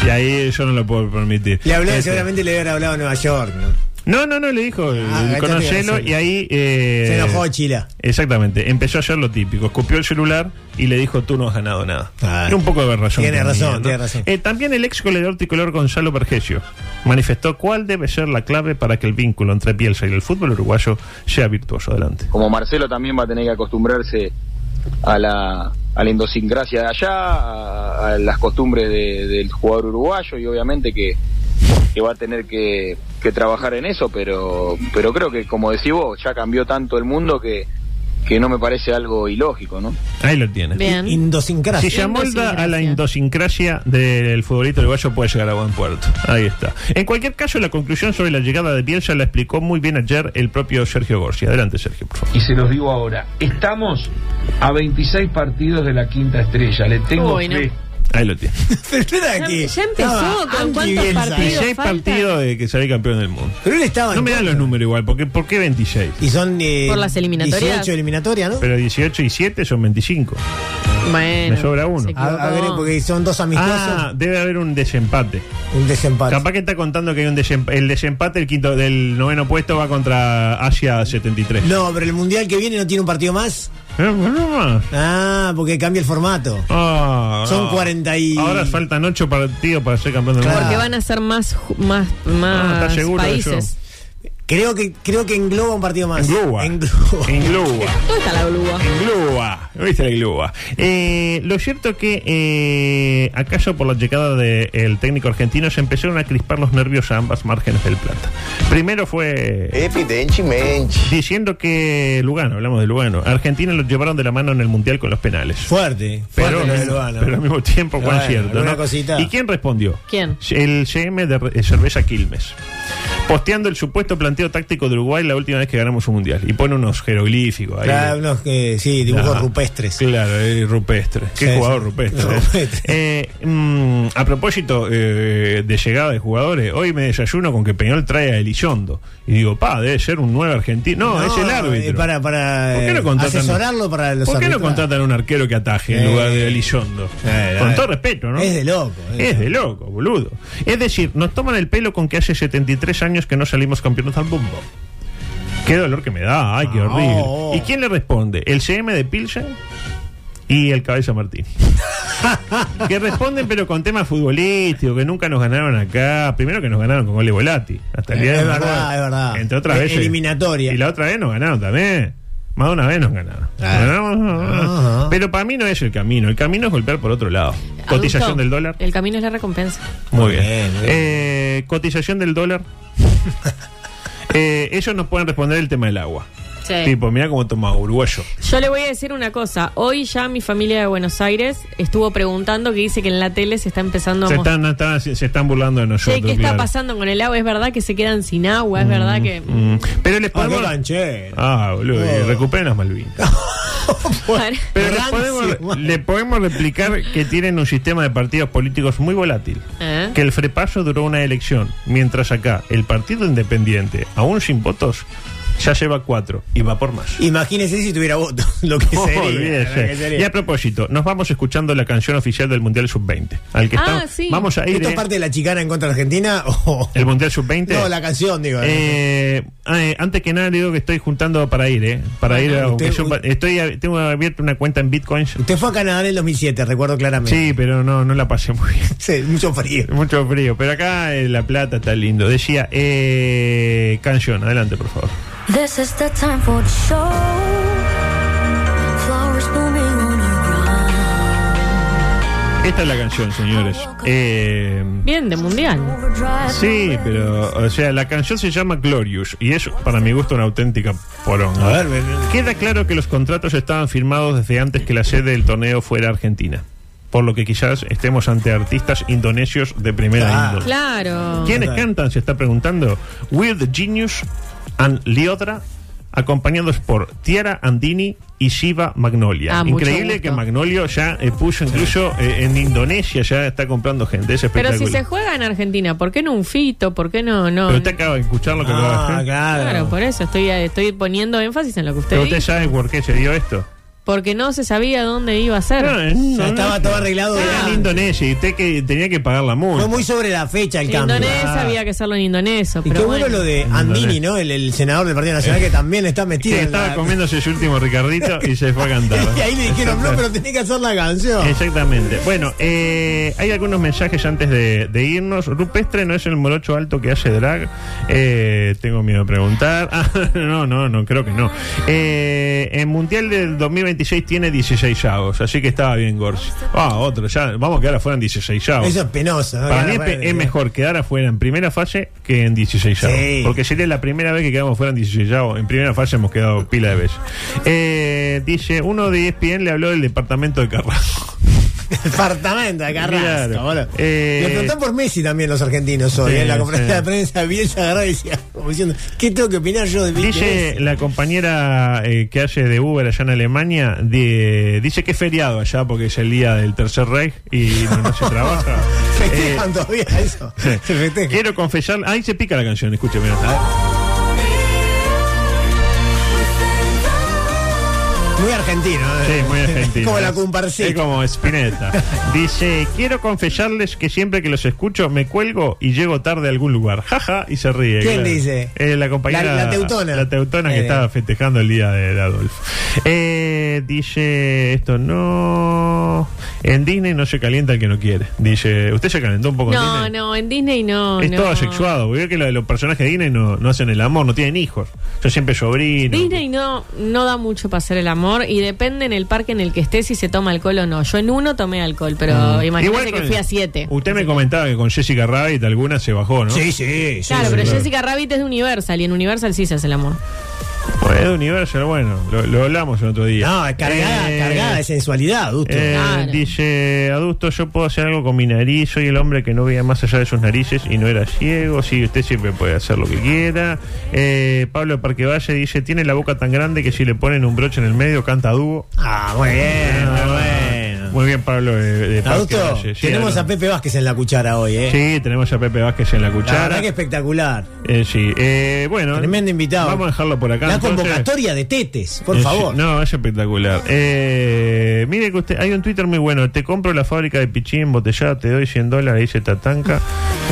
Speaker 7: Y ahí yo no lo puedo permitir.
Speaker 2: Le habló,
Speaker 7: Este-
Speaker 2: seguramente le hubiera hablado a Nueva York, ¿no?
Speaker 7: No, no, no, le dijo,
Speaker 2: Ah, agachate,
Speaker 7: conocelo
Speaker 2: agachate.
Speaker 7: y ahí... eh,
Speaker 2: Se enojó Chila.
Speaker 7: Exactamente, empezó a hacer lo típico, escupió el celular y le dijo, tú no has ganado nada.
Speaker 2: Ah.
Speaker 7: Tiene un poco de razón.
Speaker 2: Tiene razón, tiene razón.
Speaker 7: Eh, también el ex goleador tricolor Gonzalo Vergesio manifestó cuál debe ser la clave para que el vínculo entre Bielsa y el fútbol uruguayo sea virtuoso. Adelante.
Speaker 12: como Marcelo también va a tener que acostumbrarse a la, a la idiosincrasia de allá, a, a las costumbres de- del jugador uruguayo y obviamente que, que va a tener que, que trabajar en eso, pero, pero creo que como decís vos, ya cambió tanto el mundo que, que no me parece algo ilógico, ¿no?
Speaker 7: Ahí lo tienes.
Speaker 8: Bien.
Speaker 2: Indosincrasia.
Speaker 7: Si se amolda a la indosincrasia del futbolista uruguayo puede llegar a buen puerto. Ahí está. En cualquier caso, la conclusión sobre la llegada de Bielsa la explicó muy bien ayer el propio Sergio Gorsi. Adelante, Sergio, por favor.
Speaker 13: Y se los digo ahora, estamos a 26 partidos de la quinta estrella. Le tengo
Speaker 8: Uy, no.
Speaker 13: fe.
Speaker 7: Ahí lo tienes.
Speaker 2: Pero espera
Speaker 8: Ya-
Speaker 2: que.
Speaker 8: ya empezó
Speaker 2: estaba
Speaker 8: con
Speaker 2: Andy
Speaker 8: cuántos
Speaker 2: Bielsa.
Speaker 8: partidos.
Speaker 7: 26
Speaker 8: faltan.
Speaker 7: partidos de que salí campeón del mundo.
Speaker 2: Pero él estaba
Speaker 7: No
Speaker 2: en
Speaker 7: me dan
Speaker 2: contra.
Speaker 7: los números igual, porque ¿por qué 26?
Speaker 2: Y son. eh,
Speaker 8: Por las eliminatorias.
Speaker 2: 18 eliminatorias, ¿no?
Speaker 7: Pero 18 y 7 son 25.
Speaker 8: Bueno.
Speaker 7: Me sobra uno.
Speaker 8: se
Speaker 2: A,
Speaker 8: equivocó.
Speaker 2: a ver, porque son dos
Speaker 7: Ah,
Speaker 2: amistosos.
Speaker 7: debe haber un desempate.
Speaker 2: Un desempate.
Speaker 7: Capaz que está contando que hay un desempate. El desempate el quinto, del noveno puesto va contra Asia 73.
Speaker 2: No, pero el mundial que viene no tiene un partido más.
Speaker 7: Eh, bueno, más.
Speaker 2: Ah, porque cambia el formato.
Speaker 7: Ah,
Speaker 2: Son
Speaker 7: no.
Speaker 2: 40 y-
Speaker 7: Ahora faltan 8 partidos para ser campeón del
Speaker 2: Claro.
Speaker 7: mundo.
Speaker 8: Porque van a ser más, ju- más,
Speaker 7: Ah,
Speaker 8: más
Speaker 7: ¿estás seguro de eso?
Speaker 8: países.
Speaker 2: Creo que, creo que engloba un partido más.
Speaker 7: Engloba.
Speaker 2: Engloba.
Speaker 7: Engloba.
Speaker 8: ¿Dónde está la grúa?
Speaker 7: Engloba. ¿Viste la engloba? Eh, lo cierto que, eh, acaso por la llegada del técnico argentino, se empezaron a crispar los nervios a ambas márgenes del plata. Primero fue.
Speaker 9: Eh.
Speaker 5: Evidentemente.
Speaker 7: Diciendo que Lugano, hablamos de Lugano, a Argentina lo llevaron de la mano en el Mundial con los penales.
Speaker 2: Fuerte. Fuerte
Speaker 7: Pero,
Speaker 2: lo de Lugano.
Speaker 7: pero al mismo tiempo, cuán
Speaker 2: Bueno,
Speaker 7: cierto.
Speaker 2: alguna
Speaker 7: ¿no?
Speaker 2: cosita.
Speaker 7: ¿Y quién respondió?
Speaker 8: ¿Quién?
Speaker 7: El CM de Re- eh, Cerveza Quilmes. Posteando el supuesto planteo táctico de Uruguay la última vez que ganamos un mundial. Y pone unos jeroglíficos ahí.
Speaker 2: Claro, unos, eh, sí, dibujos
Speaker 7: Ah,
Speaker 2: rupestres.
Speaker 7: Claro, eh, rupestre. Qué
Speaker 2: Sí,
Speaker 7: jugador
Speaker 2: sí.
Speaker 7: rupestre. eh.
Speaker 2: Rupestre.
Speaker 7: Eh, mm, a propósito eh, de llegada de jugadores, hoy me desayuno con que Peñol trae a Elizondo. Y digo, pa, debe ser un nuevo argentino. No, es el árbitro.
Speaker 2: eh, Para, para
Speaker 7: ¿Por qué no
Speaker 2: eh,
Speaker 7: contratan-
Speaker 2: asesorarlo para los Ah,
Speaker 7: ¿Por qué no
Speaker 2: arbitrajes.
Speaker 7: contratan un arquero que ataje en
Speaker 2: Eh,
Speaker 7: lugar de Elizondo?
Speaker 2: eh,
Speaker 7: Con
Speaker 2: eh,
Speaker 7: todo respeto, ¿no?
Speaker 2: Es de loco. eh.
Speaker 7: Es de loco, boludo. Es decir, nos toman el pelo con que hace 73 años que no salimos campeones al bombo. Qué dolor que me da, ay, qué
Speaker 2: No.
Speaker 7: horrible.
Speaker 2: oh.
Speaker 7: ¿Y quién le responde? ¿El CM de Pilsen? Y el Cabeza Martín. que responden, pero con temas futbolísticos, que nunca nos ganaron acá. Primero que nos ganaron con Gole Volati. Hasta el día de
Speaker 2: Es
Speaker 7: hoy,
Speaker 2: verdad, es verdad.
Speaker 7: Entre otras
Speaker 2: Eh,
Speaker 7: veces.
Speaker 2: eliminatoria.
Speaker 7: Y la otra vez nos ganaron también. Más de una vez nos ganaron.
Speaker 2: Ah.
Speaker 7: Ganamos.
Speaker 2: Ajá.
Speaker 7: Pero para mí no es el camino. El camino es golpear por otro lado. Cotización
Speaker 8: Adulto, Eh.
Speaker 7: del dólar.
Speaker 8: El camino es la recompensa.
Speaker 7: Muy bien.
Speaker 2: Bien, bien.
Speaker 7: Eh, cotización del dólar. Eh, ellos nos pueden responder el tema del agua.
Speaker 8: Sí.
Speaker 7: Tipo, mira cómo toma uruguayo.
Speaker 8: Yo le voy a decir una cosa. Hoy ya mi familia de Buenos Aires estuvo preguntando que dice que en la tele se está empezando a
Speaker 7: Se
Speaker 8: mostrar.
Speaker 7: están, están- se están burlando de
Speaker 8: Che,
Speaker 7: nosotros.
Speaker 8: ¿qué está
Speaker 7: claro.
Speaker 8: pasando con el agua? ¿Es verdad que se quedan sin agua? ¿Es verdad que.?
Speaker 7: Mm, Pero les
Speaker 2: Ah, qué
Speaker 7: podemos.
Speaker 2: canchero.
Speaker 7: Ah, boludo, y
Speaker 2: Oh.
Speaker 7: recuperen las Malvinas. Pero les
Speaker 2: Rancio,
Speaker 7: podemos,
Speaker 2: mal.
Speaker 7: le podemos replicar que tienen un sistema de partidos políticos muy volátil.
Speaker 8: ¿Eh?
Speaker 7: Que el frepaso duró una elección, mientras acá el partido independiente, aún sin votos, ya lleva cuatro y va por más.
Speaker 2: Imagínese si tuviera voto. Lo que sería. lo
Speaker 7: Olvídese.
Speaker 2: que sería.
Speaker 7: Oh, Y a propósito, nos vamos escuchando la canción oficial del Mundial Sub-20. Al que
Speaker 8: Ah,
Speaker 7: estamos-
Speaker 8: sí.
Speaker 7: Vamos a ir.
Speaker 2: ¿Esto
Speaker 7: eh,
Speaker 2: es parte de la chicana en contra de Argentina? o-
Speaker 7: El Mundial Sub-20.
Speaker 2: No, la canción, digo.
Speaker 7: Eh, eh, antes que nada, le digo que estoy juntando para ir, ¿eh? Para ir.
Speaker 2: Ah,
Speaker 7: aunque
Speaker 2: usted-
Speaker 7: yo- estoy, a- tengo abierta una cuenta en Bitcoins.
Speaker 2: Usted fue a Canadá en el 2007, recuerdo claramente.
Speaker 7: Sí, pero no, no la pasé muy bien.
Speaker 2: Sí, mucho frío.
Speaker 7: Mucho frío, pero acá en La Plata está lindo. Decía, eh, canción, adelante, por favor.
Speaker 4: This is the time for the show. Flowers blooming on our ground.
Speaker 7: Esta es la canción, señores. Eh,
Speaker 8: Bien, de mundial.
Speaker 4: Overdrive.
Speaker 7: sí, pero, o sea, la canción se llama Glorious y es, para mi gusto, una auténtica poronga.
Speaker 2: A ver, ven, ven.
Speaker 7: Queda claro que los contratos estaban firmados desde antes que la sede del torneo fuera Argentina. Por lo que quizás estemos ante artistas indonesios de primera
Speaker 2: Ah.
Speaker 7: índole.
Speaker 8: Claro.
Speaker 7: ¿Quiénes
Speaker 2: Claro.
Speaker 7: cantan? Se está preguntando. We're the Genius and Liodra, acompañados por Tiara Andini y Shiva Magnolia.
Speaker 8: Ah, mucho
Speaker 7: Increíble
Speaker 8: gusto.
Speaker 7: que Magnolio ya eh, puso incluso eh, en Indonesia, ya está comprando gente. Es
Speaker 8: Pero si se
Speaker 7: espectacular.
Speaker 8: juega en Argentina, ¿por qué no un fito? ¿por qué no? no?
Speaker 7: Pero usted acaba de escuchar lo que acaba
Speaker 2: Ah,
Speaker 7: de decir.
Speaker 8: Claro, pues.
Speaker 2: claro.
Speaker 8: por eso estoy, estoy poniendo énfasis en lo que usted
Speaker 7: Pero usted
Speaker 8: dice.
Speaker 7: sabe por qué se dio esto.
Speaker 8: Porque no se sabía dónde iba a ser.
Speaker 7: No, en
Speaker 2: Ya
Speaker 7: Indonesia.
Speaker 2: estaba todo arreglado. de
Speaker 7: Era en
Speaker 2: antes.
Speaker 7: Indonesia y usted que tenía que pagar la multa.
Speaker 2: Fue muy sobre la fecha el cambio.
Speaker 8: Indonesia
Speaker 2: Ah.
Speaker 8: había que hacerlo en indoneso.
Speaker 2: Y
Speaker 8: pero
Speaker 2: qué bueno
Speaker 8: bueno.
Speaker 2: lo de Andini, ¿no? El, el senador del Partido Nacional que también está metido
Speaker 7: Que
Speaker 2: en
Speaker 7: estaba
Speaker 2: la-
Speaker 7: comiéndose su último Ricardito y se fue a cantar.
Speaker 2: Y ahí le dijeron, no, pero tenés que hacer la canción.
Speaker 7: Exactamente. Bueno, eh, hay algunos mensajes antes de, de irnos. Rupestre no es el morocho alto que hace drag. Eh, tengo miedo de preguntar. Ah, no, no, no, creo que no. Eh, en Mundial del 2022. 26 tiene 16 avos, así que estaba bien Gorsi. Ah, otro, ya, vamos a quedar afuera en 16 avos.
Speaker 2: Eso es penoso. ¿no?
Speaker 7: Para mí
Speaker 2: Quedar
Speaker 7: es,
Speaker 2: afuera ¿eh?
Speaker 7: pe-
Speaker 2: de-
Speaker 7: es mejor quedar afuera en primera fase que en 16 avos.
Speaker 2: Sí.
Speaker 7: Porque sería la primera vez que quedamos fuera en 16 avos. En primera fase hemos quedado pila de veces. Eh, dice, uno de ESPN le habló del departamento de Carrasco.
Speaker 2: Departamento de Carrasco,
Speaker 7: Claro.
Speaker 2: boludo.
Speaker 7: Eh,
Speaker 2: Le preguntan por Messi también los argentinos hoy.
Speaker 7: Sí,
Speaker 2: en la conferencia
Speaker 7: sí.
Speaker 2: de prensa, bien se agarró y decía, como diciendo, ¿qué tengo que opinar yo de de
Speaker 7: Dice
Speaker 2: Messi?
Speaker 7: la compañera eh, que hace de Uber allá en Alemania, de- dice que es feriado allá porque es el día del Tercer Reich y no, no se trabaja. Eh,
Speaker 2: Festejan todavía eso.
Speaker 7: Quiero confesar, ahí se pica la canción, escúcheme.
Speaker 2: Muy argentino. eh.
Speaker 7: Sí, muy argentino.
Speaker 2: Como la
Speaker 7: comparsita. Es como Spinetta. Dice, quiero confesarles que siempre que los escucho me cuelgo y llego tarde a algún lugar. Jaja, y se ríe.
Speaker 2: ¿Quién dice?
Speaker 7: Eh, la compañera.
Speaker 2: La- la teutona.
Speaker 7: La teutona que
Speaker 2: Eh.
Speaker 7: estaba festejando el día de, de Adolfo. Eh, dice, esto no... En Disney no se calienta el que no quiere. Dice, ¿usted se calentó un poco en
Speaker 8: No,
Speaker 7: Disney?
Speaker 8: no, en Disney no.
Speaker 7: Es
Speaker 8: no.
Speaker 7: todo asexuado, porque veo que lo de los personajes de Disney no, no hacen el amor, no tienen hijos. Son siempre sobrinos.
Speaker 8: Disney no, no da mucho para hacer el amor y depende en el parque en el que estés si se toma alcohol o no. Yo en uno tomé alcohol, pero
Speaker 7: Mm.
Speaker 8: imagínate
Speaker 7: Igual
Speaker 8: que
Speaker 7: con-
Speaker 8: fui a siete.
Speaker 7: Usted me comentaba que con Jessica Rabbit alguna se bajó, ¿no?
Speaker 2: Sí, sí.
Speaker 8: Claro, pero Jessica Rabbit es de Universal y en Universal sí se hace el amor.
Speaker 7: Bueno, es de Universal, bueno, lo, lo hablamos el otro día.
Speaker 2: No, es cargada,
Speaker 7: Eh,
Speaker 2: cargada de sensualidad, adusto.
Speaker 7: eh, Dice, adusto, yo puedo hacer algo con mi nariz, soy el hombre que no veía más allá de sus narices y no era ciego, sí, usted siempre puede hacer lo que quiera. Eh, Pablo Parquevalle dice, tiene la boca tan grande que si le ponen un broche en el medio canta dúo.
Speaker 2: Ah, muy bien, muy bueno.
Speaker 7: Muy bien, Pablo de, de
Speaker 2: Ah. Adusto,
Speaker 7: Parque Valle. Sí,
Speaker 2: tenemos
Speaker 7: Adolfo.
Speaker 2: a Pepe Vázquez en la cuchara hoy, ¿eh?
Speaker 7: Sí, tenemos a Pepe Vázquez en la
Speaker 2: La verdad
Speaker 7: cuchara.
Speaker 2: que espectacular.
Speaker 7: Eh, sí, eh, bueno.
Speaker 2: Tremendo invitado.
Speaker 7: Vamos a dejarlo por acá.
Speaker 2: La
Speaker 7: entonces.
Speaker 2: convocatoria de Tetes, por
Speaker 7: Eh,
Speaker 2: favor.
Speaker 7: sí, No, es espectacular. Eh, mire que usted, hay un Twitter muy bueno. Te compro la fábrica de pichí embotellada, te doy 100 dólares, dice Tatanka.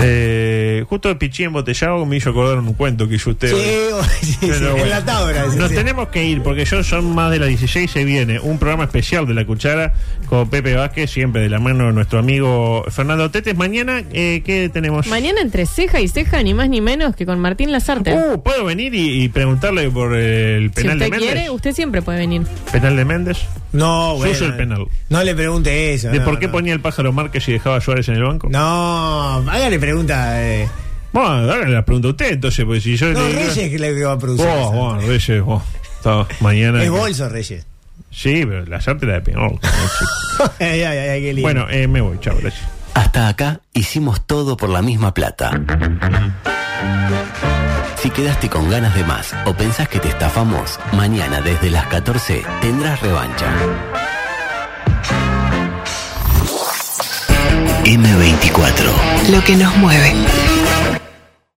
Speaker 7: Eh, justo de pichí embotellado me hizo acordar un cuento que hizo usted.
Speaker 2: Sí, sí, sí,
Speaker 7: Pero bueno.
Speaker 2: en la tabla. sí,
Speaker 7: Nos
Speaker 2: sí.
Speaker 7: tenemos que ir porque yo son más de las 16 se viene un programa especial de la cuchara con Pepe Vázquez, siempre de la mano de nuestro amigo Fernando Tetes. Mañana, eh, ¿qué tenemos?
Speaker 8: Mañana entre ceja y ceja, ni más ni menos que con Martín Lazarte.
Speaker 7: Uh, ¿Puedo venir y, y preguntarle por el
Speaker 8: si
Speaker 7: penal
Speaker 8: usted
Speaker 7: de Méndez?
Speaker 8: quiere, usted siempre puede venir.
Speaker 7: ¿Penal de Méndez?
Speaker 2: No, bueno.
Speaker 7: Suyo el penal.
Speaker 2: No le pregunte eso.
Speaker 7: ¿De
Speaker 2: no,
Speaker 7: por qué
Speaker 2: no.
Speaker 7: ponía el pájaro Márquez y dejaba a Suárez en el banco?
Speaker 2: No, hágale pregunta. eh.
Speaker 7: Bueno, ahora la pregunta a usted, entonces, porque si yo.
Speaker 2: No,
Speaker 7: le-
Speaker 2: Reyes que le va a producir.
Speaker 7: Vos,
Speaker 2: esa.
Speaker 7: vos, Reyes, vos. Está, mañana.
Speaker 2: es bolso, Reyes.
Speaker 7: Sí, pero la arte la de Peñarol.
Speaker 2: ay, ay, ay, qué lindo.
Speaker 7: bueno, eh, me voy, chao, gracias.
Speaker 6: Hasta acá hicimos todo por la misma plata. Si quedaste con ganas de más o pensás que te estafamos, mañana desde las 14 tendrás revancha. M24.
Speaker 14: Lo que nos mueve.